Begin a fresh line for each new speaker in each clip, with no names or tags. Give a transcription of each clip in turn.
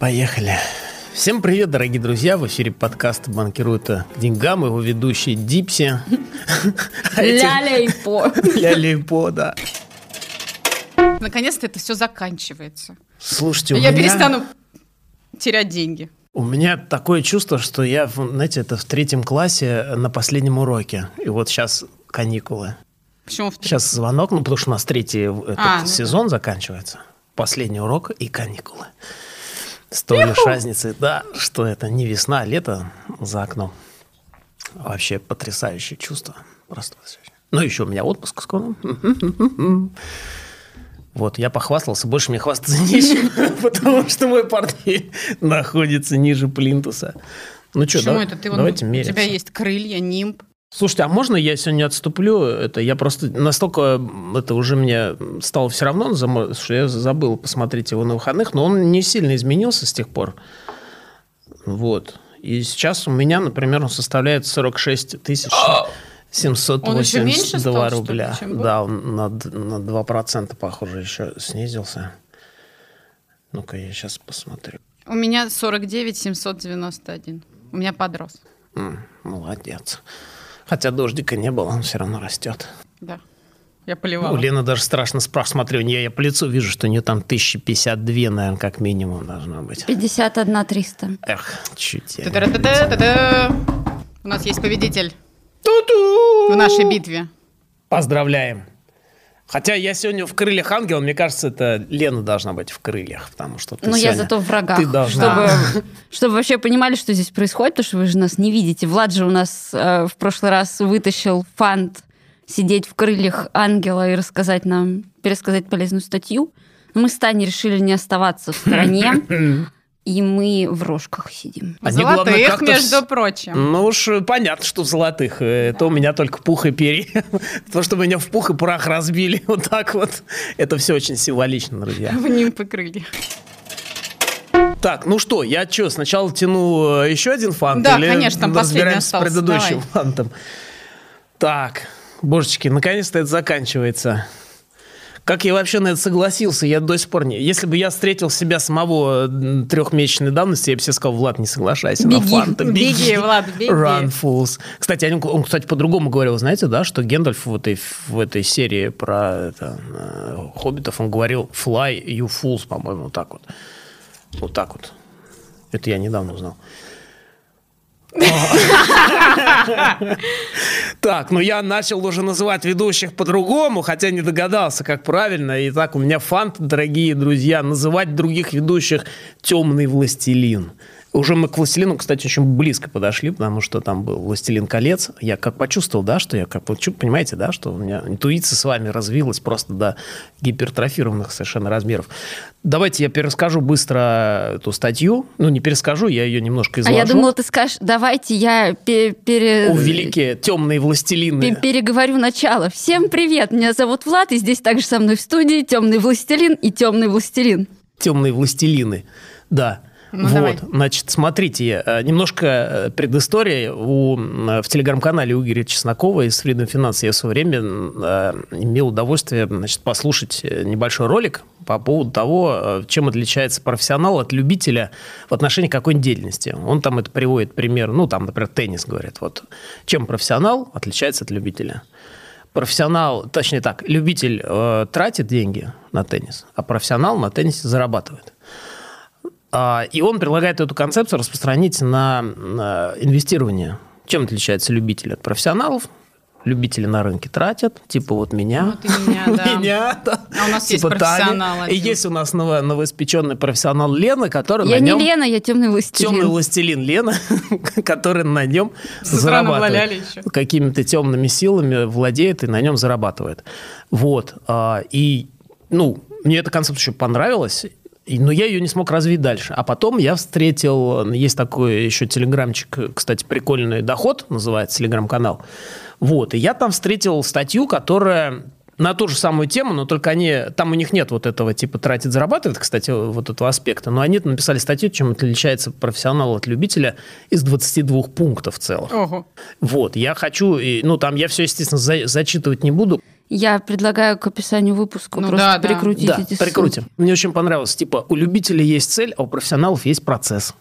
Поехали. Всем привет, дорогие друзья! В эфире подкаст «Банкируют к деньгам». Его ведущий Дипси. А эти-
Ляля и по.
Ляля и По, да.
Наконец-то это все заканчивается.
Слушайте, у
Я
меня-
перестану терять деньги.
У меня такое чувство, что я, в- знаете, это в третьем классе на последнем уроке. И вот сейчас каникулы.
Почему? в-
Сейчас звонок, ну, потому что у нас третий в- этот
А, ну
сезон заканчивается. Последний урок и каникулы. С той лишь разницей, да, что это не весна, а лето за окном. Вообще потрясающее чувство. Просто потрясающее. Ну, еще у меня отпуск скоро. Вот, я похвастался, больше мне хвастаться нечем, потому что мой партнер находится ниже плинтуса. Ну что,
Почему это ты вон-
давайте
У
мериться.
тебя есть крылья, нимб.
Слушайте, а можно я сегодня отступлю? Это я просто настолько м, это уже мне стало все равно, за мо- что я забыл посмотреть его на выходных, но он не сильно изменился с тех пор. Вот. И сейчас у меня, например, он составляет 46 тысяч
Он еще меньше стал,
782
что ли,
рубля.
чем был?
да, он на, д- на 2%, похоже, еще снизился. Ну-ка, я сейчас посмотрю.
У меня 49 791. У меня подрос.
М, молодец. Хотя дождика не было, он все равно растет.
Да. Я
У
поливала.
Лены Ну, даже страшно спрашивать. Смотрю, у нее я по лицу вижу, что у нее там 1052, наверное, как минимум должно быть.
51 300.
Эх, чуть я не-
Та-та-та-та-та-та. У нас есть победитель в нашей битве.
Поздравляем. Хотя я сегодня в крыльях ангела, мне кажется, это Лена должна быть в крыльях, потому что ты
Ну, я
сегодня-
зато в врагах.
Ты должна.
Чтобы, чтобы вообще понимали, что здесь происходит, потому что вы же нас не видите. Влад же у нас э, в прошлый раз вытащил фант сидеть в крыльях ангела и рассказать нам, пересказать полезную статью. Но мы с Таней решили не оставаться в стране, и мы в рожках сидим.
Они, А главное,
Золотых,
как-то
между
с-
прочим.
Ну уж э, понятно, что в золотых. Э, Это у меня только пух и перья. То, что меня в пух и прах разбили вот так вот. Это все очень символично, друзья.
В нимб и крылья.
Так, ну что, я что, сначала тяну э, еще один фант?
Да,
или
конечно, там последний
разбираемся
остался,
с предыдущим
давай.
фантом? Так, божечки, наконец-то это заканчивается. Как я вообще на это согласился, я до сих пор не... Если бы я встретил себя самого э, трехмесячной давности, я бы себе сказал, Влад, не соглашайся на
Беги,
фанта, беги.
беги, Влад, беги».
Run, fools. Кстати, они- он, кстати, по-другому говорил, знаете, да, что Гендальф в этой, в этой серии про это, э, хоббитов, он говорил «fly, you fools», по-моему, вот так вот. Вот так вот. Это я недавно узнал. Так, ну я начал уже называть ведущих по-другому, хотя не догадался, как правильно. И так у меня фант, дорогие друзья, называть других ведущих темный властелин. Уже мы к «Властелину», кстати, очень близко подошли, потому что там был «Властелин колец». Я как почувствовал, да, что я как... вот чу- Понимаете, да, что у меня интуиция с вами развилась просто до гипертрофированных совершенно размеров. Давайте я перескажу быстро эту статью. Ну, не перескажу, я ее немножко
А
изложу.
я думала, ты скажешь, давайте я пе- пере...
О, великие темные властелины.
Пе- Переговорю начало. Всем привет, меня зовут Влад, и здесь также со мной в студии темный властелин и темный властелин.
темные властелины. Да.
Ну,
вот,
давай.
значит, смотрите, э, немножко э, предыстория. У, м, э, в телеграм-канале у Игоря Чеснокова из Freedom Finance я в свое время м, э, имел удовольствие значит, послушать э, небольшой ролик по поводу того, э, чем отличается профессионал от любителя в отношении какой-нибудь деятельности. Он там это приводит пример, ну, там, например, теннис, говорит, вот, чем профессионал отличается от любителя профессионал, точнее так, любитель э, тратит деньги на теннис, а профессионал на теннисе зарабатывает. А, и он предлагает эту концепцию распространить на, на инвестирование. Чем отличается любитель от профессионалов? Любители на рынке тратят, типа вот меня.
Вот и меня, Ну да.
Меня, да.
А у нас есть
Типа Тани.
профессионал
И
один.
есть у нас ново- новоиспеченный профессионал Лена, который
Я
на
не
нем...
Лена, я темный властелин.
Темный властелин Лена, который на нем
С утра наваляли
зарабатывает.
еще.
Какими-то темными силами владеет и на нем зарабатывает. Вот. а, И, ну, мне эта концепция еще понравилась. и- Но я ее не смог развить дальше. А потом я встретил, есть такой еще телеграмчик, кстати, прикольный доход, называется телеграм-канал. Вот. И я там встретил статью, которая на ту же самую тему, но только они, там у них нет вот этого типа тратит, зарабатывает, кстати, вот этого аспекта, но они написали статью, чем отличается профессионал от любителя из 22 пунктов целых.
Ого.
Вот, я хочу, и, ну там я все, естественно, за- зачитывать не буду.
Я предлагаю к описанию выпуска
Ну
просто
да, да.
прикрутить
Да,
эти ссылки.
прикрутим. Мне очень понравилось. Типа, у любителей есть цель, а у профессионалов есть процесс.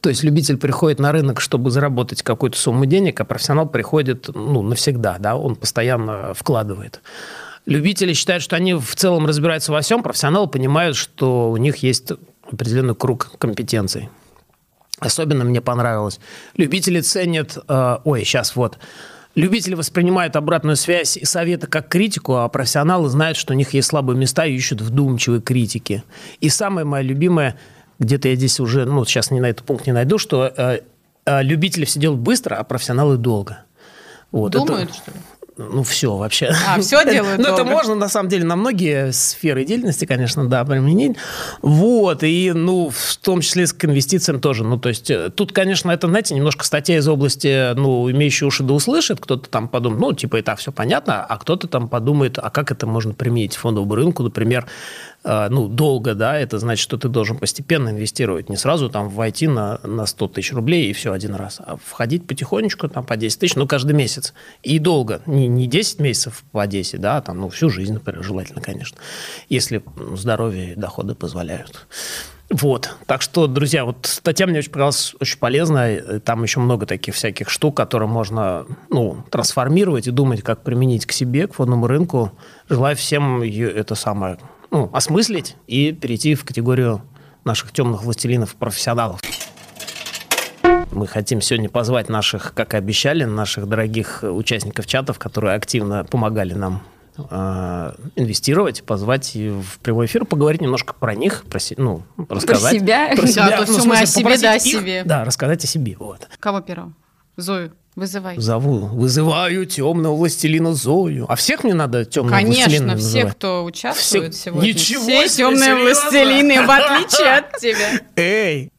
То есть любитель приходит на рынок, чтобы заработать какую-то сумму денег, а профессионал приходит ну, навсегда, да, он постоянно вкладывает. Любители считают, что они в целом разбираются во всем, профессионалы понимают, что у них есть определенный круг компетенций. Особенно мне понравилось. Любители ценят... э, ой, сейчас вот. Любители воспринимают обратную связь и советы как критику, а профессионалы знают, что у них есть слабые места и ищут вдумчивые критики. И самое мое любимое, где-то я здесь уже, ну, сейчас не на этот пункт не найду, что э, э, любители все делают быстро, а профессионалы долго. Вот, это-
Думают, что ли?
ну, все вообще.
А, всё делают
Ну, это
долго.
можно, на самом деле, на многие сферы деятельности, конечно, да, применить. Вот, и, ну, в том числе с- к инвестициям тоже. Ну, то есть, э, тут, конечно, это, знаете, немножко статья из области, ну, имеющий уши да услышит, кто-то там подумает, ну, типа, это все понятно, а кто-то там подумает, а как это можно применить к фондовому рынку, например, э, ну, долго, да, это значит, что ты должен постепенно инвестировать, не сразу там войти на, на 100 тысяч рублей и все один раз, а входить потихонечку там по 10 тысяч, ну, каждый месяц. И долго, не, не 10 месяцев по 10, да, а там, ну, всю жизнь, например, желательно, конечно, если ну, здоровье и доходы позволяют. Вот. Так что, друзья, вот статья мне очень понравилась, очень полезная. Там еще много таких всяких штук, которые можно ну, трансформировать и думать, как применить к себе, к фондовому рынку. Желаю всем ее- это самое ну, осмыслить и перейти в категорию наших темных властелинов-профессионалов. Мы хотим сегодня позвать наших, как и обещали, наших дорогих участников чатов, которые активно помогали нам э, инвестировать, позвать и в прямой эфир, поговорить немножко про них, про се- ну, рассказать.
себя.
Про
Да,
себя.
то
Ну,
всё
в
мы
смысле,
о себе,
попросить
да, о
их-
себе.
Да, рассказать о себе. Вот.
Кого первого? Зою, вызывай.
Зову, вызываю темного властелина Зою. А всех мне надо темного властелина
Конечно, все,
вызывать?
кто участвует
Все-
сегодня,
Ничего
все
себе,
темные
серьезно?
властелины, в отличие от тебя.
Эй!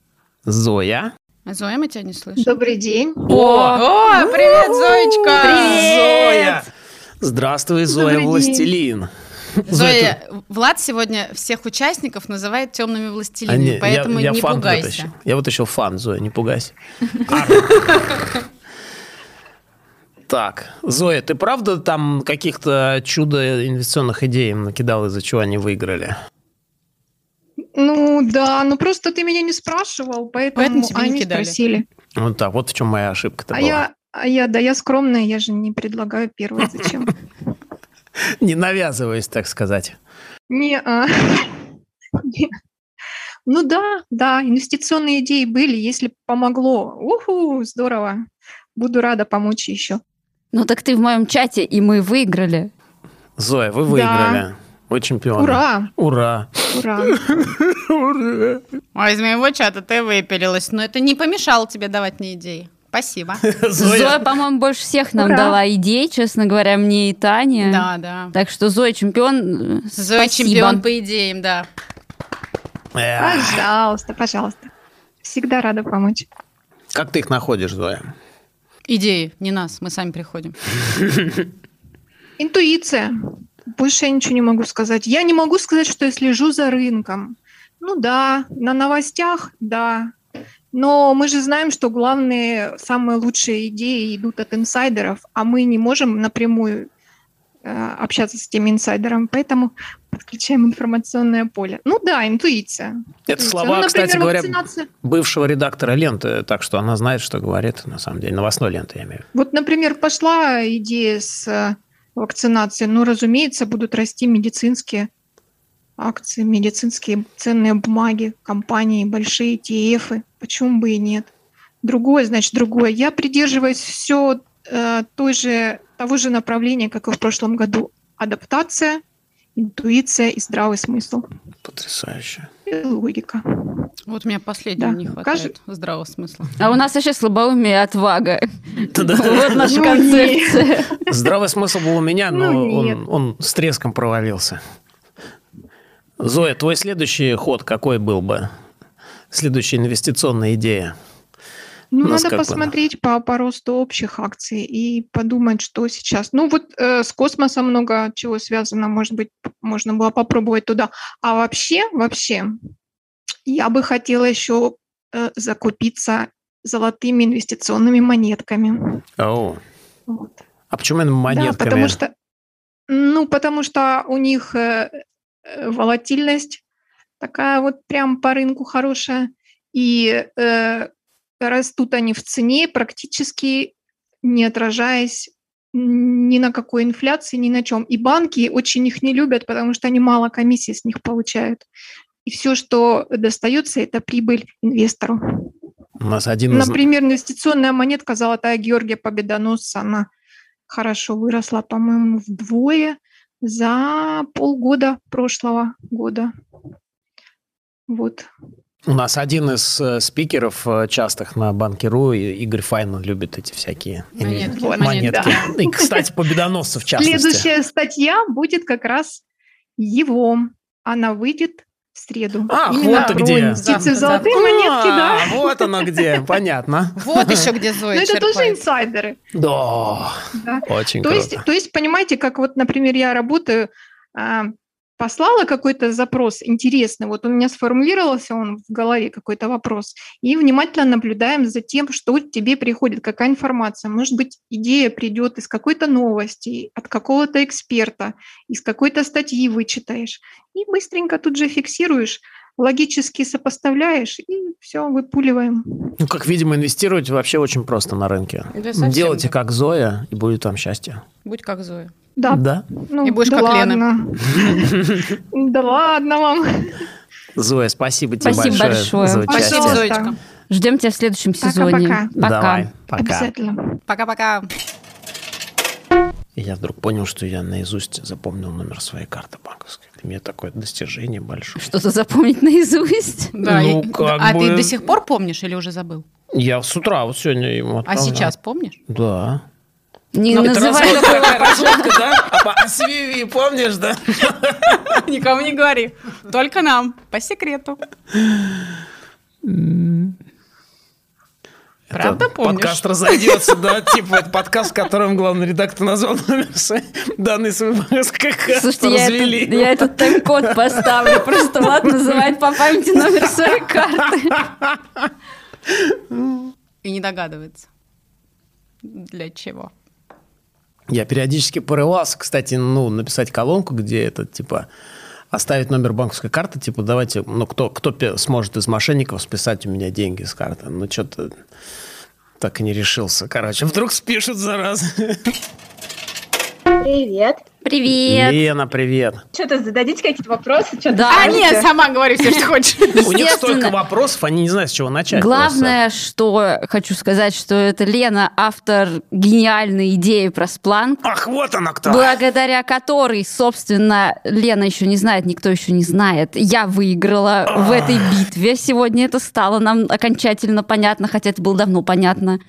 Зоя.
А Зоя, мы тебя не слышим.
Добрый день.
О,
О, привет, Зоечка!
Привет! Зоя! Здравствуй, Зоя,
Добрый день.
властелин.
Зоя, Влад сегодня всех участников называет темными
А
властелинами,
не,
поэтому
я, я
не
фан
пугайся.
вытащил. Я вытащил фан, Зоя, не пугайся. Так, Зоя, ты правда там каких-то чудо инвестиционных идей им накидала, из-за чего они выиграли?
Ну да, ну просто ты меня не спрашивал, поэтому,
Поэтому тебе не
они
кидали.
спросили.
Вот так, вот в чем моя ошибка-то
А
была.
я, а я, да, я скромная, я же не предлагаю первое, зачем?
Не навязываясь, так сказать.
Не, а. Не. Ну да, да, инвестиционные идеи были, если помогло. Уху, здорово. Буду рада помочь еще.
Ну так ты в моем чате, и мы выиграли.
Зоя, вы выиграли. Вы чемпионы.
Ура,
Ура!
ура.
Ура!
А из моего чата ты выпилилась, но это не помешало тебе давать мне идеи. Спасибо.
Зоя,
Зоя,
по-моему, больше всех нам
Ура.
дала идей, честно говоря, мне и Тане.
Да, да.
Так что Зоя чемпион. э,
Зоя
спасибо.
чемпион по идеям, да.
а?
Эх,
Пожалуйста, пожалуйста. Всегда рада помочь.
как ты их находишь, Зоя?
Идеи, не нас, мы сами приходим.
Интуиция. Больше я ничего не могу сказать. Я не могу сказать, что я слежу за рынком. Ну да, на новостях, да. Но мы же знаем, что главные, самые лучшие идеи идут от инсайдеров, а мы не можем напрямую э, общаться с теми инсайдером, поэтому подключаем информационное поле. Ну да, интуиция.
Это
Интуиция.
слова,
Ну, например,
кстати говоря,
вакцинация.
бывшего редактора ленты, так что она знает, что говорит, на самом деле. Новостной ленты, я имею в виду.
Вот, например, пошла идея с э, вакцинацией. Ну, разумеется, будут расти медицинские акции, медицинские ценные бумаги, компании, большие ETF. -ы. Почему бы и нет? Другое, значит, другое. Я придерживаюсь все той же, того же направления, как и в прошлом году. Адаптация, интуиция и здравый смысл.
Потрясающе.
И логика.
Вот меня последнего
Да.
не хватает
Кажд-
здравого смысла.
А у нас вообще слабоумие и отвага. Вот наша
Ну,
концепция.
Здравый смысл был у меня, но
Ну, нет.
он, он с треском провалился. Зоя, твой следующий ход какой был бы? Следующая инвестиционная идея.
Ну,
У нас
надо
как бы, да.
посмотреть по, по росту общих акций и подумать, что сейчас. Ну, вот э, с космосом много чего связано, может быть, п- можно было попробовать туда. А вообще, вообще, я бы хотела еще э, закупиться золотыми инвестиционными монетками.
Оу.
Вот.
А почему именно
Да,
монетками?
потому что Ну, потому что у них э, э, волатильность такая вот прям по рынку хорошая, и э, растут они в цене практически не отражаясь ни на какой инфляции, ни на чем. И банки очень их не любят, потому что они мало комиссий с них получают. И все, что достается, это прибыль инвестору.
У нас один из...
Например, инвестиционная монетка «Золотая Георгия Победоносца», она хорошо выросла, по-моему, вдвое за полгода прошлого года. Вот.
У нас один из э, спикеров э, частых на Банкиру, И- Игорь Файнман, любит эти всякие
Монетки.
инве- монетки. Ну И, кстати, победоносцев в частности.
Следующая статья будет как раз его. Она выйдет в среду.
А,
Именно
вот
про
где.
инвестиции,
Птицы
Завтра,
золотые
А,
монетки, да.
Вот оно где, понятно.
Вот еще где
Но
Зоя
это тоже
черпает.
инсайдеры.
Да,
Да.
очень
То
круто.
есть, то есть, понимаете, как вот, например, я работаю, а, послала какой-то запрос интересный, вот у меня сформулировался он в голове какой-то вопрос, и внимательно наблюдаем за тем, что тебе приходит, какая информация. Может быть, идея придет из какой-то новости, от какого-то эксперта, из какой-то статьи вычитаешь, и быстренько тут же фиксируешь, логически сопоставляешь, и все, выпуливаем.
Ну, как видимо, инвестировать вообще очень просто на рынке.
Да совсем
Делайте
так.
как Зоя, и будет вам счастье.
Будь как Зоя.
Да,
Да?
ну,
И будешь
да
как Лена.
ладно. Да ладно вам.
Zoe, спасибо тебе
Спасибо
большое,
большое.
за участие.
Спасибо,
Пожалуйста.
Зоечка.
Ждем тебя в следующем
Пока-пока.
сезоне.
Давай, пока.
Обязательно.
Пока-пока.
И Я вдруг понял, что я наизусть запомнил номер своей карты банковской. Для меня такое достижение большое.
Что-то запомнить наизусть.
Да,
Ну,
и-
как
а
бы-
ты до сих пор помнишь или уже забыл?
Я с утра вот сегодня ему
А
отправлял.
сейчас помнишь?
Да.
Не
Ну, это
называй
разводка, такая разводка, да? А по- А CVV помнишь, да?
Никому не говори. Только нам. По секрету. Правда
Это
помнишь?
Подкаст разойдется, да? Типа, это подкаст, в котором главный редактор назвал номер своей- данной своей банковской карты.
Слушайте, я
Развели
этот,
его.
я этот тайм-код поставлю. Просто Влад называет по памяти номер а своей карты.
И не догадывается. Для чего?
Я периодически порывался, кстати, ну, написать колонку, где это, типа, оставить номер банковской карты, типа, давайте, ну, кто, кто пе- сможет из мошенников списать у меня деньги с карты? Ну, что-то так и не решился. Короче, вдруг спишут, зараза.
Привет.
Привет.
Лена, привет.
Что-то зададите какие-то вопросы? Что-то
Да.
А,
Кажется.
нет, сама говори все, что хочешь.
У них столько
Естественно.
вопросов, они не знают, с чего начать.
Главное, что хочу сказать, что это Лена, автор гениальной идеи про спланк,
просто. Ах, вот она кто.
благодаря которой, собственно, Лена еще не знает, никто еще не знает. Я выиграла в этой битве. Сегодня это стало нам окончательно понятно, хотя это было давно понятно.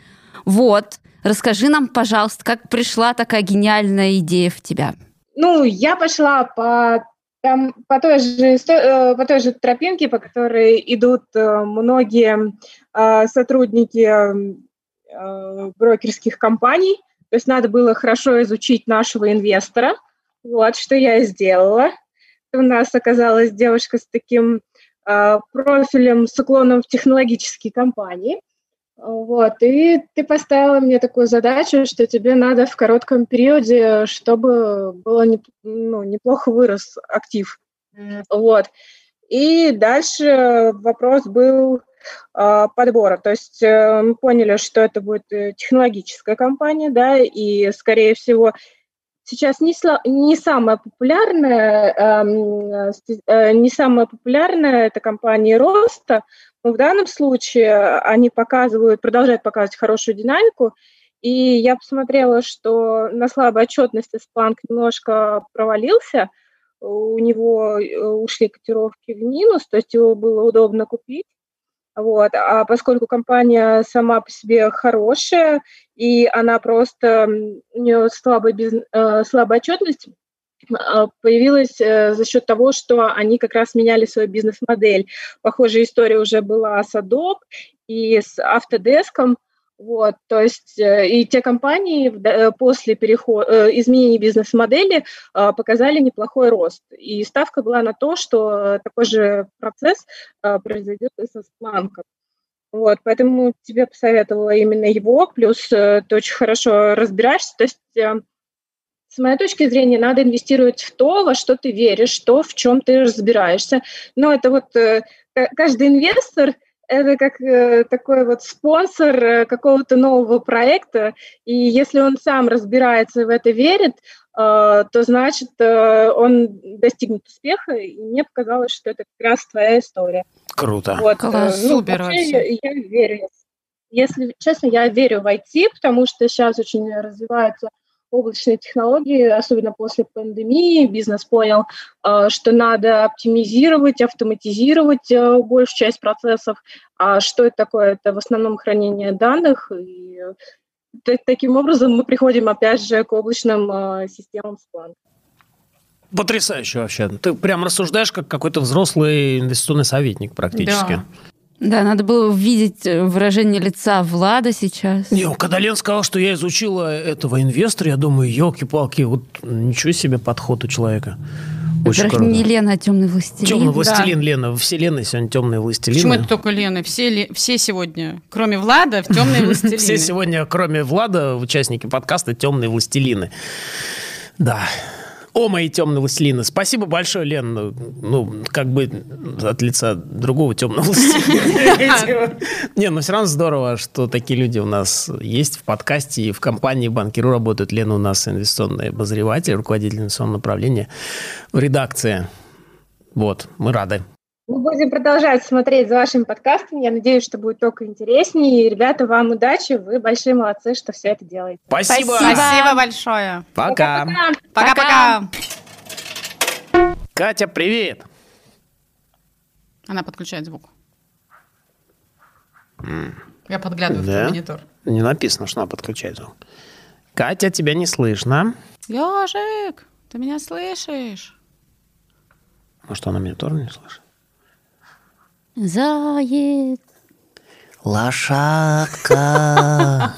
Вот. Расскажи нам, пожалуйста, как пришла такая гениальная идея в тебя.
Ну, я пошла по, там, по, той же, сто- э, по той же тропинке, по которой идут э, многие э, сотрудники э, э, брокерских компаний. То есть надо было хорошо изучить нашего инвестора. Вот что я и сделала. У нас оказалась девушка с таким э, профилем, с уклоном в технологические компании. Вот, и ты поставила мне такую задачу, что тебе надо в коротком периоде, чтобы было неп- ну, неплохо вырос актив. Вот. И дальше вопрос был э, подбора. То есть э, мы поняли, что это будет э, технологическая компания, да, и, скорее всего, сейчас не, сла- не самая популярная, эм, ст- э, не самая популярная это компании роста, но в данном случае э, они показывают, продолжают показывать хорошую динамику. И я посмотрела, что на слабой отчетности Splunk немножко провалился. У него э, ушли котировки в минус, то есть его было удобно купить. Вот. А поскольку компания сама по себе хорошая, и она просто, м, у нее слабая, бизн- э, слабая отчетность, э, появилась э, за счет того, что они как раз меняли свою бизнес-модель похожая история уже была с Adobe и с Autodesk. Вот, то есть э, и те компании в- да, э, после перехода, изменения бизнес-модели э, показали неплохой рост. И ставка была на то, что э, такой же процесс э, произойдет и со Splunk. Вот, поэтому тебе посоветовала именно его, плюс э, ты очень хорошо разбираешься. То есть э, с моей точки зрения, надо инвестировать в то, во что ты веришь, то, в чем ты разбираешься. Но это вот э, каждый инвестор это как э, такой вот спонсор э, какого-то нового проекта, и если он сам разбирается в это верит, э, то значит э, он достигнет успеха, и мне показалось, что это как раз твоя история.
Круто.
Вот,
Класс,
ну,
супер
вообще
вообще.
я, я верю. Если честно, я верю в IT, потому что сейчас очень развиваются облачные технологии, особенно после пандемии, бизнес понял, э, что надо оптимизировать, автоматизировать э, большую часть процессов. А что это такое? Это в основном хранение данных. И э, та- таким образом мы приходим опять же к облачным э, системам Splunk.
Потрясающе вообще. Ты прям рассуждаешь, как какой-то взрослый инвестиционный советник практически.
Да.
Да, надо было видеть э, выражение лица Влада сейчас.
Не, когда Лен сказал, что я изучила этого инвестора, я думаю, елки-палки, вот ничего себе подход у человека. Очень
Во-первых,
круто.
не Лена, а темный властелин.
Темный властелин, Лена. Во вселенной сегодня темный властелин.
Почему это только Лена? Все, ли- все сегодня, кроме Влада, в темные властелины.
Все сегодня, кроме Влада, участники подкаста «Темные властелины». Да. О, мои темные властелины. Спасибо большое, Лен. Ну, Ну, как бы от лица другого темного властелина. Не, ну все равно здорово, что такие люди у нас есть в подкасте и в компании «Банкиру» работают. Лена у нас инвестиционный обозреватель, руководитель инвестиционного направления в редакции. Вот, мы рады.
Мы будем продолжать смотреть за вашим подкастом. Я надеюсь, что будет только интереснее. И, ребята, вам удачи. Вы большие молодцы, что все это делаете.
Спасибо.
Спасибо большое.
Пока.
Пока-пока.
Катя, привет.
Она подключает звук. Я подглядываю в
Да?
твой монитор.
Не написано, что она подключает звук. Катя, тебя не слышно.
Ёжик, ты меня слышишь?
Может, А она меня тоже не слышит?
Заяц.
Лошадка.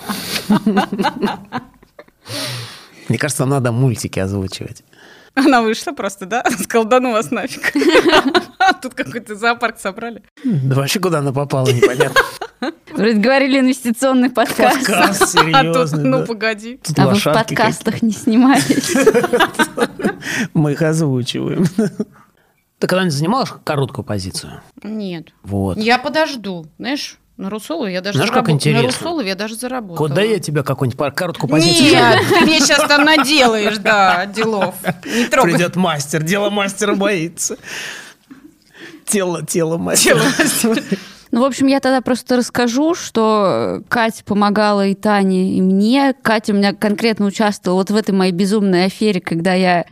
Мне кажется, надо мультики озвучивать.
Она вышла просто, да? Сколданула вас нафиг. А Тут какой-то зоопарк собрали.
Да вообще, куда она попала, непонятно.
Вроде говорили инвестиционный подкаст.
Подкаст
А тут, ну
серьезный. да.
погоди.
Тут
А вы в
лошадки
подкастах не снимались.
какие-то. Мы их озвучиваем. Ты когда-нибудь занимала короткую позицию?
Нет.
Вот.
Я подожду. Знаешь, на Русолове я даже
Знаешь, как
заработ-
интересно?
На Русолове я даже заработала.
Куда я тебя какую-нибудь пар- короткую позицию?
Нет, ты мне сейчас там наделаешь, да, делов. Не трогай.
Придет мастер, дело мастера боится. Тело, тело мастера.
Дело мастера.
Ну, в общем, я тогда просто расскажу, что Катя помогала и Тане, и мне. Катя у меня конкретно участвовала вот в этой моей безумной афере, когда я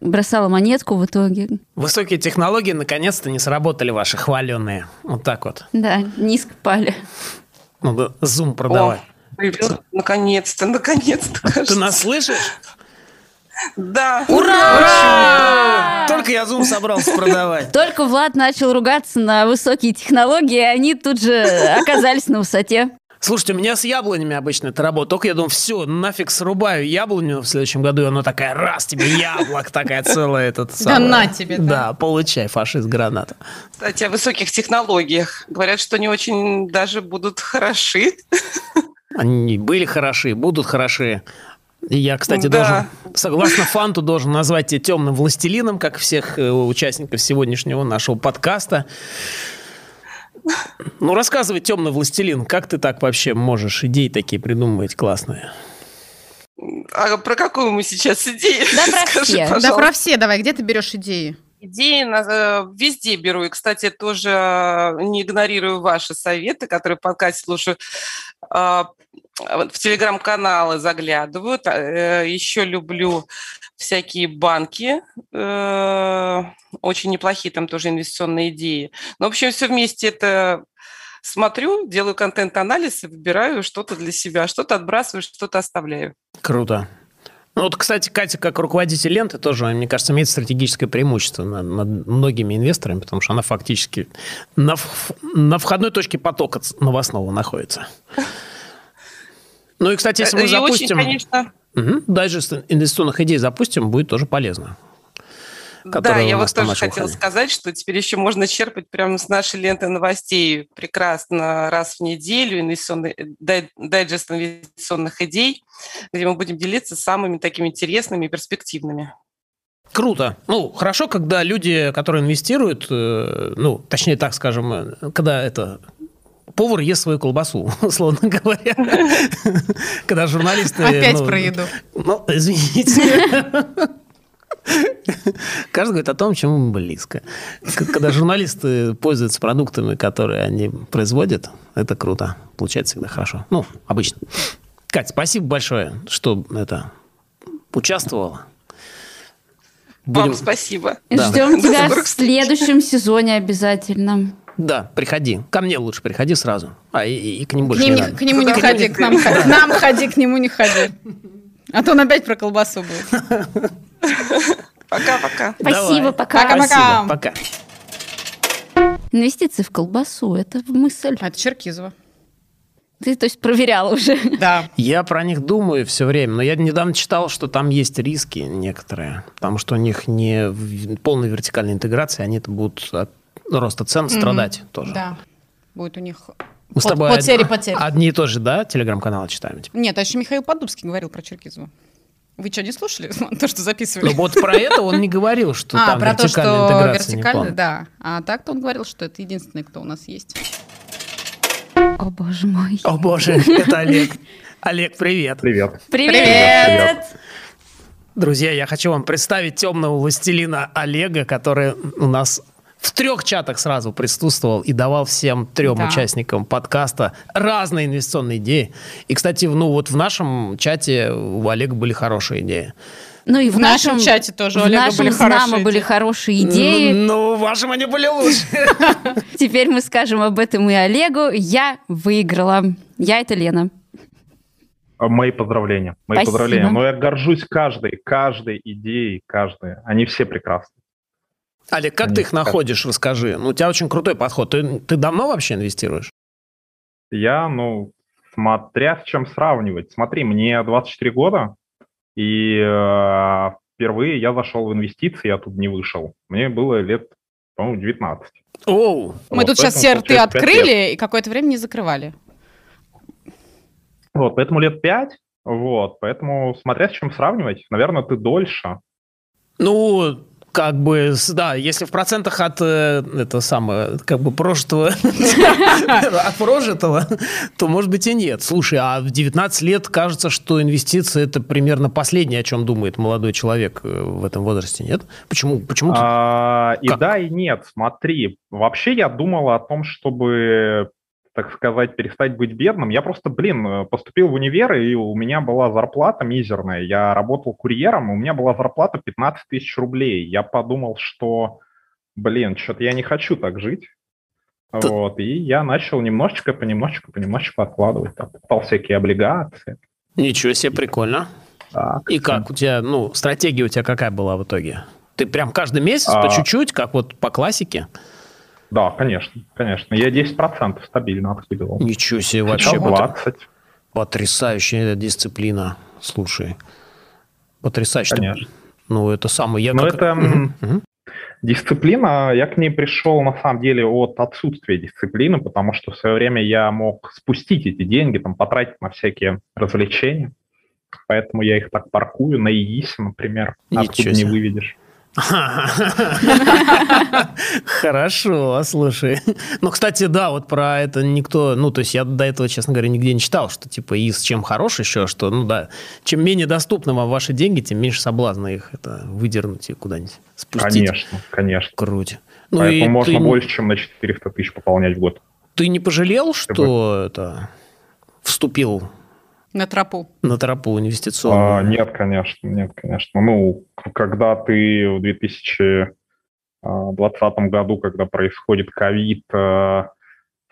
бросала монетку в итоге.
Высокие технологии наконец-то не сработали ваши хваленные. Вот так вот.
Да, низко пали.
Надо зум продавать.
О, появился. Наконец-то, наконец-то,
А Ты
кажется.
нас слышишь?
Да.
Только я зум собрался продавать.
Только Влад начал ругаться на высокие технологии, и они тут же оказались на высоте.
Слушайте, у меня с яблонями обычно это работа. Только я думаю, все, нафиг срубаю яблоню в следующем году. И она такая, раз тебе яблок, такая целая этот самый.
на тебе, да.
Да, получай, фашист граната.
Кстати, о высоких технологиях. Говорят, что они очень даже будут хороши.
Они были хороши, будут хороши. И я, кстати,
Да.
должен, согласно Фанту, должен назвать тебя темным властелином, как всех э, участников сегодняшнего нашего подкаста. Ну, рассказывай, темный властелин, как ты так вообще можешь идеи такие придумывать классные?
А про какую мы сейчас идею?
Да про
Скажи,
все. Да
пожалуйста.
Да про все давай, где ты берешь идеи?
Идеи на- э, везде беру. И, кстати, тоже э, не игнорирую ваши советы, которые в подкасте слушаю. А, вот В телеграм-каналы заглядываю. Та- э, Еще люблю всякие банки. Э, Очень неплохие там тоже инвестиционные идеи. Ну, в общем, все вместе это смотрю, делаю контент-анализ и выбираю что-то для себя. Что-то отбрасываю, что-то оставляю.
Круто. Ну, вот, кстати, Катя, как руководитель ленты, тоже, мне кажется, имеет стратегическое преимущество на- над, многими инвесторами, потому что она фактически на, в- на входной точке потока ц- новостного находится. Ну и, кстати, если мы
Э, И
запустим...
очень, конечно,
Мгм. Дайджест инвестиционных идей запустим, будет тоже полезно.
Да, я вот тоже хотела сказать, что теперь еще можно черпать прямо с нашей ленты новостей прекрасно раз в неделю инвестиционный, э, дай, дайджест инвестиционных идей, где мы будем делиться самыми такими интересными и перспективными.
Круто. Ну, хорошо, когда люди, которые инвестируют, ну, точнее так скажем, э, когда это повар ест свою колбасу, условно говоря. Когда журналисты...
Опять ну, про еду.
Ну, извините. Каждый говорит о том, чему близко. Когда журналисты пользуются продуктами, которые они производят, это круто. Получается всегда хорошо. Ну, обычно. Кать, спасибо большое, что это участвовала.
Будем... Вам спасибо.
Да.
Ждем тебя в следующем сезоне обязательно.
Да, приходи. Ко мне лучше приходи сразу. А и, и к ним больше
к, ним,
не
не-
надо.
к нему не ходи, к нам, ходи. к нам ходи, к нему не ходи. А то он опять про колбасу был.
Пока-пока.
Давай.
Спасибо, пока.
Пока-пока.
Спасибо, пока.
Инвестиции в колбасу – это мысль.
А это Черкизова.
Ты, то есть, проверяла уже.
Да.
Я про них думаю все время, но я недавно читал, что там есть риски некоторые, потому что у них не в- полная вертикальная интеграция, они это будут от роста цен страдать тоже.
Да. Будет у них
Мы с
пот-
тобой
потери,
од-
потери.
одни и то же, да, телеграм-каналы читаем. типа?
Нет, а еще Михаил Подубский говорил про Черкизову. Вы что, не слушали то, что записывали?
Ну вот про это он не говорил, что
а,
там
про то,
вертикальная
что
интеграция не
вертикально,
план.
да. А так-то он говорил, что это единственный, кто у нас есть.
О, боже мой.
О боже, это Олег. Олег, привет.
Привет.
Привет!
Друзья, я хочу вам представить темного властелина Олега, который у нас в трех чатах сразу присутствовал и давал всем трем
Да.
участникам подкаста разные инвестиционные идеи. И, кстати, ну вот в нашем чате у Олега были хорошие идеи.
Ну и в,
В нашем чате тоже у
в
Олега
нашем
были
с Нама
хорошие
были
идеи.
хорошие идеи.
Ну, в вашем они были лучше.
Теперь мы скажем об этом и Олегу. Я выиграла. Я это Лена.
А, Мои поздравления. Мои
Спасибо.
поздравления. Но я горжусь каждой, каждой идеей, каждой. Они все прекрасны.
Олег, как ты их находишь, расскажи. Ну, у тебя очень крутой подход. Ты, ты давно вообще инвестируешь?
Я, ну, смотря с чем сравнивать. Смотри, мне 24 года, и э, впервые я зашел в инвестиции, я тут не вышел. Мне было лет, по-моему, 19.
Оу,
Мы
Вот,
тут сейчас все
поэтому,
рты
получается, пять лет.
открыли и какое-то время не закрывали.
Вот, поэтому лет 5. Вот, поэтому смотря с чем сравнивать, наверное, ты дольше.
Ну, как бы, с- да, если в процентах от э, это самое, как бы прожитого, от прожитого, то, может быть, и нет. Слушай, а в 19 лет кажется, что инвестиции – это примерно последнее, о чем думает молодой человек э, в этом возрасте, нет? Почему? Почему? ты-
А, и
Ну Как?
да, и нет. Смотри, вообще я думал о том, чтобы, так сказать, перестать быть бедным. Я просто, блин, э, поступил в универ, и у меня была зарплата мизерная. Я работал курьером, и у меня была зарплата 15 тысяч рублей. Я подумал, что, блин, что-то я не хочу так жить.
Т-
Вот, и я начал немножечко, понемножечку, понемножечку откладывать. Там, покупал всякие облигации.
Ничего себе, прикольно.
Так,
И как у тебя, ну, стратегия у тебя какая была в итоге? Ты прям каждый месяц
А.
по чуть-чуть, как вот по классике?
Да, конечно, конечно. Я 10% стабильно откидывал.
Ничего себе вообще.
Сейчас
вот-
20.
Потрясающая дисциплина. Слушай, потрясающе.
Конечно.
Ну, это самое... Я
Но
как-
это,
Мгм, мгм.
Дисциплина, я к ней пришел на самом деле от отсутствия дисциплины, потому что в свое время я мог спустить эти деньги, там, потратить на всякие развлечения. Поэтому я их так паркую на ИИСе, например,
Ничего
откуда не
себе.
выведешь.
Хорошо, слушай. Ну, кстати, да, вот про это никто... Ну, то есть я до этого, честно говоря, нигде не читал, что типа и с чем хорош еще, что, ну да, чем менее доступны вам ваши деньги, тем меньше соблазна их это выдернуть и куда-нибудь спустить.
Конечно, конечно.
Круть. Ну,
Поэтому
и
можно
ты,
больше, чем на 400 тысяч пополнять в год.
ты не пожалел, что это вступил
На тропу.
на тропу инвестиционную?
А, нет, конечно, нет, конечно. Ну, к- когда ты в 2020 году, когда происходит ковид, э,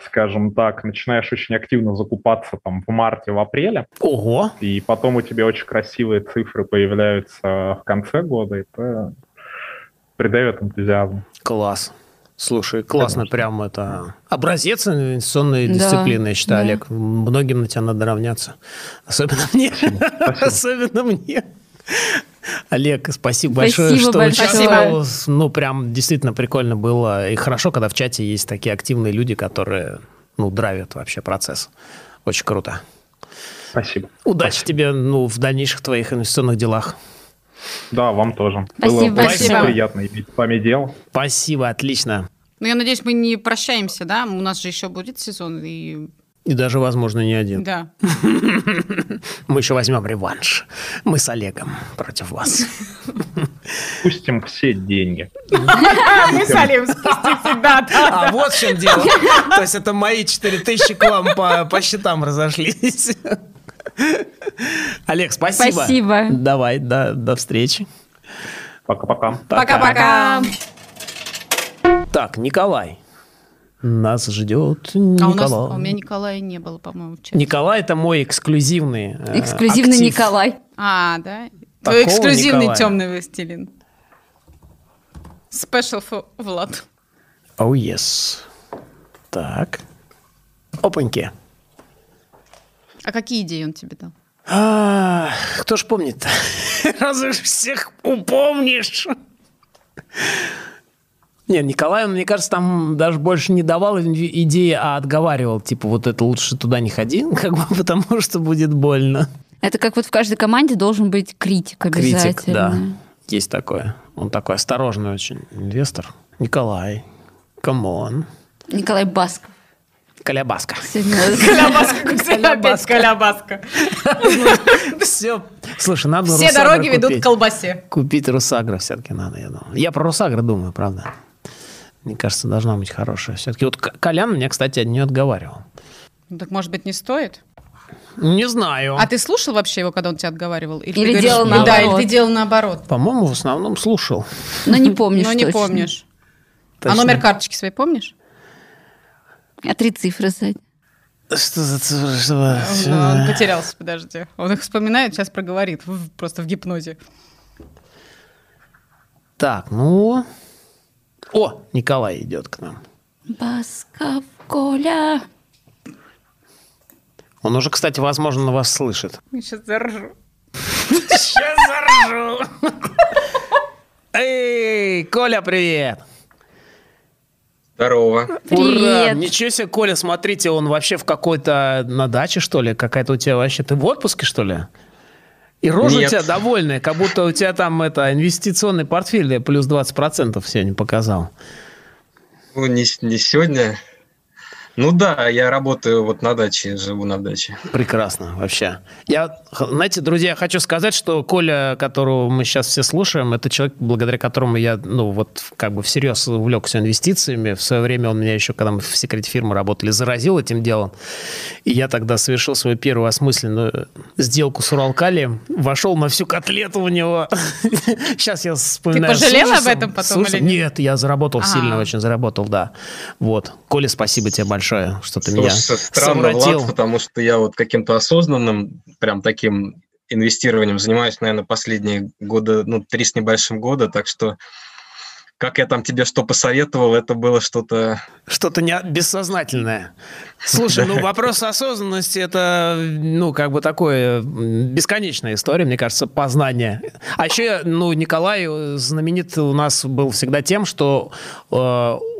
скажем так, начинаешь очень активно закупаться там в марте, в апреле,
Ого!
и потом у тебя очень красивые цифры появляются в конце года, это придает энтузиазм.
Класс. Слушай, классно,
Конечно.
прям это образец инвестиционной
Да,
дисциплины, я считаю,
да.
Олег. Многим на тебя надо равняться. Особенно мне.
Спасибо.
Особенно мне. Олег, спасибо
Спасибо
большое, что
большое.
участвовал. Ну, прям действительно прикольно было. И хорошо, когда в чате есть такие активные люди, которые, ну, драйвят вообще процесс. Очень круто.
Спасибо.
Удачи тебе, ну, в дальнейших твоих инвестиционных делах.
Да, вам тоже.
Спасибо
Было
большое.
очень приятно иметь с вами дело.
Спасибо, отлично.
Ну, я надеюсь, мы не прощаемся, да? У нас же еще будет сезон, и...
И даже, возможно, не один.
Да.
Мы еще возьмем реванш. Мы с Олегом против вас.
Пустим все деньги.
Мы с Олеем спустимся, да, да.
А вот в чем дело. То есть это мои 4000 к вам по, по счетам разошлись. Олег, спасибо.
Спасибо.
Давай, да, до встречи.
Пока-пока.
Пока-пока. А
Так, Николай. Нас ждет
А
Николай.
у нас, а у меня Николая не было, по-моему, в чате.
Николай это мой эксклюзивный. э,
Эксклюзивный
актив.
Николай.
А, да?
Такого
Твой эксклюзивный
Николая.
темный властелин. Спешл for Влад.
Оу, Oh, yes. Так. Опаньки.
А какие идеи он тебе дал?
А, кто ж помнит-то? Разве ж всех упомнишь? Не, Николай, он, мне кажется, там даже больше не давал и- идеи, а отговаривал. Типа, вот это лучше туда не ходи, как бы, потому что будет больно.
Это как вот в каждой команде должен быть критик обязательно.
Критик, да. Есть такое. Он такой осторожный очень инвестор. Николай, камон.
Николай Басков.
Колябаска.
Сегодня
Колябаска, как всегда, опять колябаска.
Все. Слушай, надо
Все
Русагра
дороги ведут
купить.
к колбасе.
Купить Русагра все-таки надо, я думаю. Я про Русагра думаю, правда. Мне кажется, должна быть хорошая. Все-таки вот К- Колян меня, кстати, от нее отговаривал.
Ну, так, может быть, не стоит?
Не знаю.
А ты слушал вообще его, когда он тебя отговаривал? ты
Или
говоришь,
делал
«Ну Да,
наоборот».
или ты делал наоборот.
По-моему, в основном слушал. ну,
Но не помнишь
Но не
точно.
помнишь. А
Точно.
номер карточки своей помнишь?
А три цифры сзади.
Что за... цифра, что-
Он, он потерялся, подожди. Он их вспоминает, сейчас проговорит. в- Просто в гипнозе.
Так, ну... О, Николай идет к нам.
Басков, Коля.
Он уже, кстати, возможно, вас слышит.
Я сейчас заржу.
Сейчас заржу. Эй, Коля, привет.
Здорово.
Привет.
Ничего себе, Коля, смотрите, он вообще в какой-то на даче, что ли? Какая-то у тебя вообще... Ты в отпуске, что ли? И рожа у
Нет.
тебя довольная, как будто у тебя там это инвестиционный портфель плюс 20% сегодня показал.
Ну, не, с- не сегодня. Ну да, я работаю вот на даче, живу на даче.
Прекрасно вообще. Я, х- знаете, друзья, я хочу сказать, что Коля, которого мы сейчас все слушаем, это человек, благодаря которому я, ну, вот в- как бы всерьез увлекся инвестициями. В свое время он меня еще, когда мы в секрете фирмы работали, заразил этим делом. И я тогда совершил свою первую осмысленную сделку с Уралкалием. Вошел на всю котлету у него. Сейчас я вспоминаю. с
пожалела об
ужасом.
этом потом
С ужасом.
или нет?
Нет, я заработал
А.
сильно, очень заработал, да. Вот. Коля, спасибо тебе большое, что ты меня
Слушай, странно,
совратил.
Влад, потому что я вот каким-то осознанным, прям таким инвестированием занимаюсь, наверное, последние года, ну, три с небольшим года, так что как я там тебе что посоветовал, это было что-то...
Что-то не... бессознательное. Слушай, ну вопрос осознанности это, ну, как бы такое м, бесконечная история, мне кажется, познание. А еще, ну, Николай э, знаменит у нас был всегда тем, что э,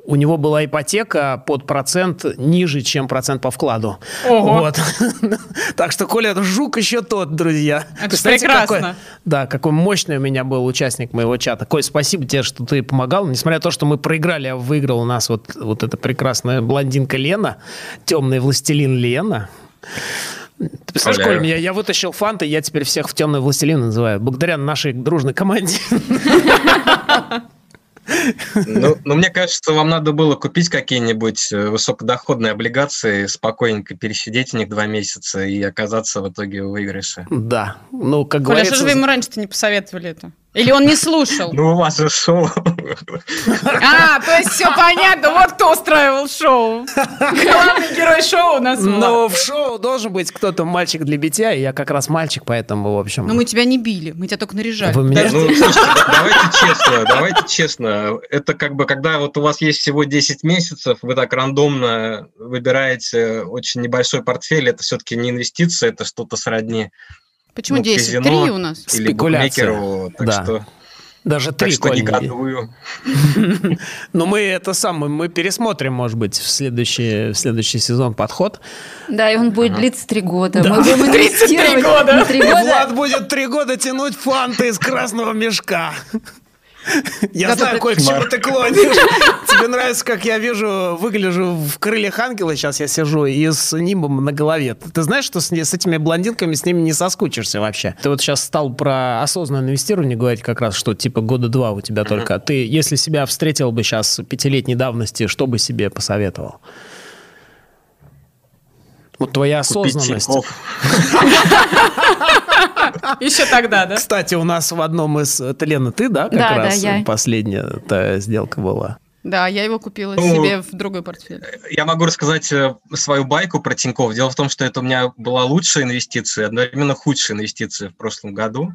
у него была ипотека под процент ниже, чем процент по вкладу.
Ого.
Вот. Так что, Коля, это жук еще тот, друзья.
Это
Представляете,
прекрасно.
какой- да, какой мощный у меня был участник моего чата. Коль, спасибо тебе, что ты помогал. Несмотря на то, что мы проиграли, а выиграл у нас вот, вот эта прекрасная блондинка Лена, темный властелин Лена. Ты представляешь,
Поздравляю.
Коль, меня, я вытащил фанты, я теперь всех в темный властелин называю. Благодаря нашей дружной команде.
Ну, ну, мне кажется, вам надо было купить какие-нибудь э, высокодоходные облигации, спокойненько пересидеть в них два месяца и оказаться в итоге в выигрыше.
Да, ну, как
Коля, что
говорится...
же вы ему раньше-то не посоветовали это? Или он не слушал?
Ну, у вас же шоу.
А, то есть все понятно, вот кто устраивал шоу. Главный герой шоу у нас Влад.
Но в шоу должен быть кто-то мальчик для битья, и я как раз мальчик, поэтому, в общем...
Но Ну, мы тебя не били, мы тебя только наряжали.
А Вы меня-
Ну, слушайте, давайте честно, давайте честно. Это как бы, когда вот у вас есть всего 10 месяцев, вы так рандомно выбираете очень небольшой портфель, это все-таки не инвестиция, это что-то сродни
Почему
Ну,
10?
казино
Три у нас.
Или
Спекуляция.
букмекеру, так
Да.
что,
Даже
так
три,
что
Коль, не-
негодую.
Но мы это самое, мы пересмотрим, может быть, в следующий, в следующий сезон подход.
Да, и он будет длиться три года.
Да.
Мы будем
33
инвестировать
года.
на три
И
года.
Влад будет три года тянуть фанты из красного мешка. Я
Зато
знаю,
при-
кое к чему ты клонишь. Тебе нравится, как я вижу, выгляжу в крыльях ангела. Сейчас я сижу и с нимбом на голове. Ты знаешь, что с, не- с этими блондинками с ними не соскучишься вообще. Ты вот сейчас стал про осознанное инвестирование говорить как раз, что типа года два у тебя только. Ты, если себя встретил бы сейчас пятилетней давности, что бы себе посоветовал? Вот твоя
Купить
осознанность.
Тинькофф.
Еще тогда, да?
Кстати, у нас в одном из... Это, Лена, ты, да, как
Да, да,
раз
я.
последняя та сделка была?
Да, я его купила
Ну,
себе в другой портфель.
Я могу рассказать э, свою байку про Тинькофф. Дело в том, что это у меня была лучшая инвестиция, одновременно худшая инвестиция в прошлом году.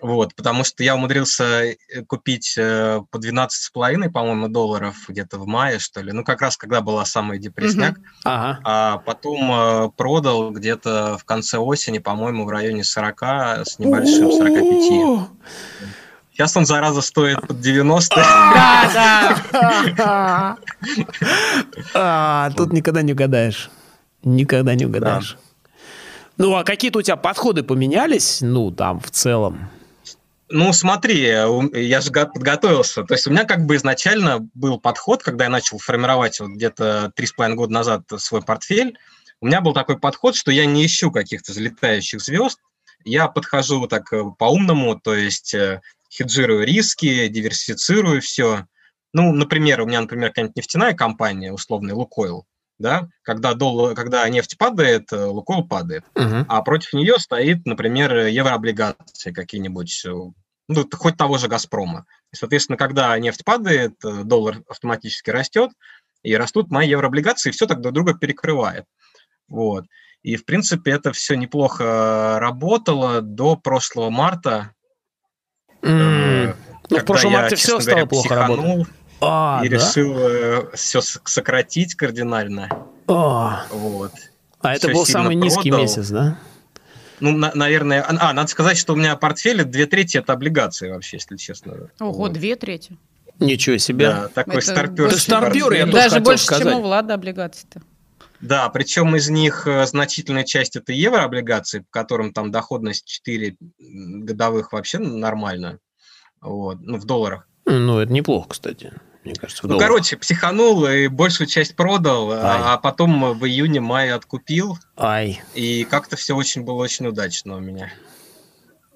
Вот, потому что я умудрился э, купить э, по 12,5, по-моему, долларов где-то в мае, что ли. Ну, как раз когда была самая депресняк.
Ага.
А потом э, продал где-то в конце осени, по-моему, в районе 40 с небольшим, 45.
У-у-у.
Сейчас он, зараза, стоит под 90.
Да, да.
А, Тут никогда не угадаешь. Никогда не угадаешь. Ну, а какие-то у тебя подходы поменялись? Ну, там, в целом.
Ну, смотри, э, у- я же га- подготовился. То есть у меня как бы изначально был подход, когда я начал формировать вот где-то 3,5 года назад свой портфель. У меня был такой подход, что я не ищу каких-то залетающих звезд. Я подхожу вот так э, по-умному, то есть э, хеджирую риски, диверсифицирую все. Ну, например, у меня, например, какая-нибудь нефтяная компания, условный Лукойл, да, когда, доллар, когда нефть падает, э, Лукойл падает
Мгм.
а против нее стоит, например, еврооблигации какие-нибудь, э, ну, т- хоть того же «Газпрома». И, соответственно, когда нефть падает, э, доллар автоматически растет, и растут мои еврооблигации, и все так друг друга перекрывает. Вот. И, в принципе, это все неплохо работало до прошлого марта.
М.
э,
Ну, в
когда
прошлом
я,
марте все
честно
стало
говоря,
плохо
психанул
работать. А,
И
да?
решил все сократить кардинально.
А,
Вот.
а это
Всё
был
сильно
самый низкий
продал.
месяц, да?
Ну, на- наверное... А, а, надо сказать, что у меня портфель две трети это облигации вообще, если честно.
Ого,
Вот.
две трети.
Ничего себе.
Да, такой
Это
старпёрский
больше-
Да старпёр, я
портфель.
тоже
Даже
хотел
больше,
сказать.
чем у Влада облигаций-то.
Да, причем из них э, значительная часть это еврооблигации, по которым там доходность 4 м, годовых вообще нормально. Вот, ну, в долларах.
Ну, это неплохо, кстати. Мне кажется, в
Ну,
долларах.
короче, психанул и большую часть продал, а, а потом в июне-мае откупил,
Ай.
и как-то все очень было очень удачно у меня.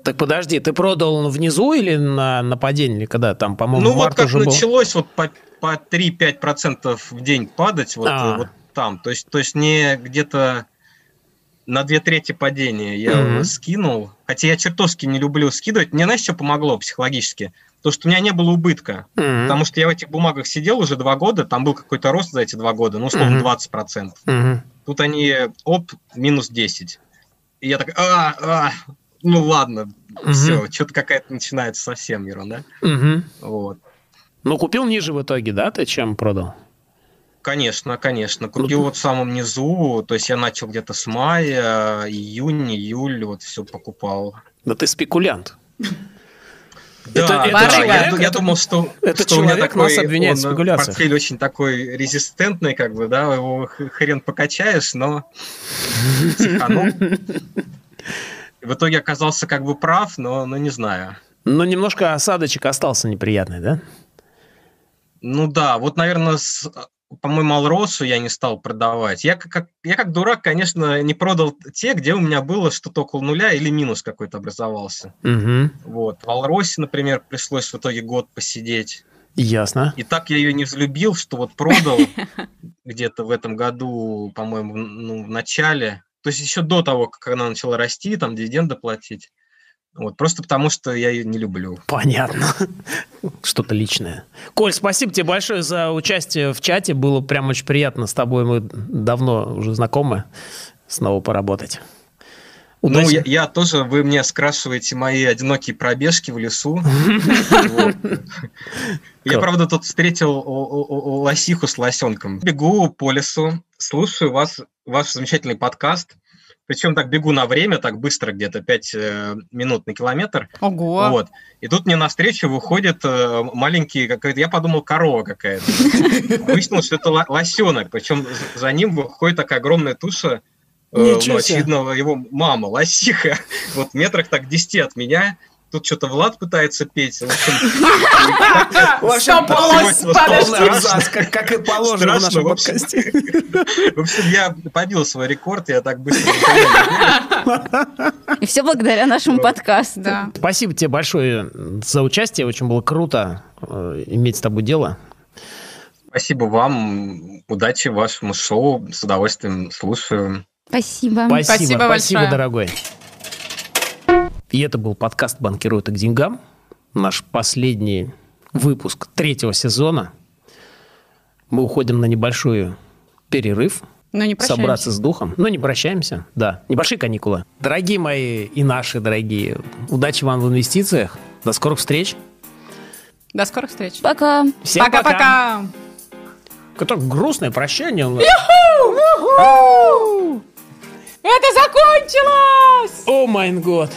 Так подожди, ты продал внизу или на нападение, или когда там, по-моему,
ну, вот
март
как
уже был?
началось вот по, по 3-5% в день падать, вот,
А.
э, вот там. То есть, то есть не где-то на две трети падения я
Мгм.
скинул. Хотя я чертовски не люблю скидывать. Мне, знаешь, что помогло психологически? То, что у меня не было убытка.
Мгм.
Потому что я в этих бумагах сидел уже два года, там был какой-то рост за эти два года, ну, условно,
Мгм.
20%.
Мгм.
Тут они, оп, минус 10. И я так, а, а, ну ладно,
Мгм.
все, что-то какая-то начинается совсем ерунда.
Мгм.
Вот.
Ну, купил ниже в итоге, да, ты чем продал?
Конечно, конечно. Купил
Ну,
вот в самом низу, то есть я начал где-то с мая, июнь, июль, вот все покупал.
Да ты спекулянт.
Да, да,
это
я,
человек-
ду- я
это-
думал, что,
это
что у меня
человек
такой,
нас обвиняет в
он, э,
спекуляциях.
портфель очень такой резистентный, как бы, да, его х- хрен покачаешь, но психанул. И В итоге оказался как бы прав, но, но не знаю.
Но Ну, немножко осадочек остался неприятный, да?
Ну да, вот, наверное, с, а, по-моему, Алросу я не стал продавать. Я как, как- я как дурак, конечно, не продал те, где у меня было что-то около нуля или минус какой-то образовался.
Угу.
Вот. В Алросе, например, пришлось в итоге год посидеть.
Ясно.
И так я ее не взлюбил, что вот продал где-то в этом году, по-моему, ну, в начале. То есть еще до того, как она начала расти, там дивиденды платить. Вот, просто потому что я ее не люблю.
Понятно. Что-то личное. Коль, спасибо тебе большое за участие в чате. Было прям очень приятно с тобой. Мы давно уже знакомы. Снова поработать.
Ну,
Удачи.
я, я тоже, вы мне скрашиваете мои одинокие пробежки в лесу. Вот. Я,
Круто.
правда, тут встретил о- о- о- лосиху с лосенком. Бегу по лесу, слушаю вас, ваш замечательный подкаст. Причем так бегу на время, так быстро, где-то 5 э, минут на километр.
Ого.
Вот. И тут мне навстречу выходит э, маленький какой-то, я подумал, корова какая-то. Выяснилось, что это ло- лосенок. Причем з- за ним выходит такая огромная туша, э,
Ничего
ну,
себе.
очевидно, его мама, лосиха. Вот метрах так 10 от меня. Тут что-то Влад пытается петь. В общем,
Что полос...
сегодня
Подожди.
Полный абзац, как, как и положено в
Страшно,
нашем
в общем.
подкасте.
в общем, я побил свой рекорд, я так быстро...
И все благодаря нашему подкасту.
Да.
Спасибо тебе большое э, за участие. Очень было круто э, иметь с тобой дело.
Спасибо вам, удачи вашему шоу, с удовольствием слушаю.
Спасибо.
Спасибо,
Спасибо
спасибо,
большое.
дорогой. И это был подкаст «Банкирует и к деньгам». Наш последний выпуск третьего сезона. Мы уходим на небольшой перерыв,
Ну не прощаемся.
собраться с духом. Но не прощаемся, да. Небольшие каникулы. Дорогие мои и наши дорогие, удачи вам в инвестициях. До скорых встреч.
До скорых встреч.
Пока.
Всем пока.
Пока-пока.
Какое грустное прощание у нас.
Уху! Это закончилось!
О майн год.